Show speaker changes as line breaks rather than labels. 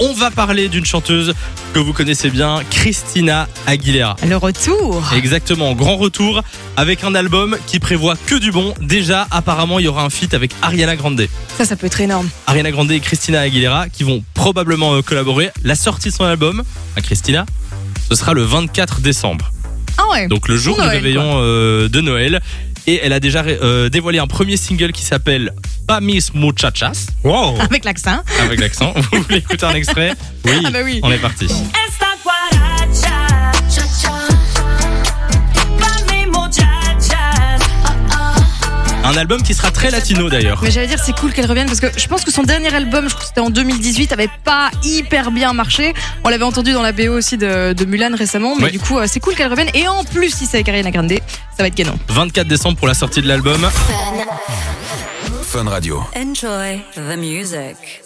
on va parler d'une chanteuse que vous connaissez bien, Christina Aguilera.
Le retour.
Exactement, grand retour avec un album qui prévoit que du bon. Déjà, apparemment, il y aura un feat avec Ariana Grande.
Ça, ça peut être énorme.
Ariana Grande et Christina Aguilera qui vont probablement euh, collaborer. La sortie de son album, à Christina, ce sera le 24 décembre.
Ah ouais.
Donc le jour
Noël,
de réveillon euh, de Noël. Et elle a déjà euh, dévoilé un premier single qui s'appelle Pas Miss Muchachas,
Wow
Avec l'accent.
avec l'accent. Vous voulez écouter un extrait
Ah bah oui.
On est parti.
Esta guaracha, cha cha, pa' mi muchacha.
Un album qui sera très latino d'ailleurs.
Mais j'allais dire, c'est cool qu'elle revienne parce que je pense que son dernier album, je crois que c'était en 2018, avait pas hyper bien marché. On l'avait entendu dans la BO aussi de, de Mulan récemment, mais
Ouais.
du coup, euh, c'est cool qu'elle revienne. Et en plus, si c'est avec Ariana Grande, ça va être canon.
24 décembre pour la sortie de l'album.
Fun Radio.
Enjoy the music.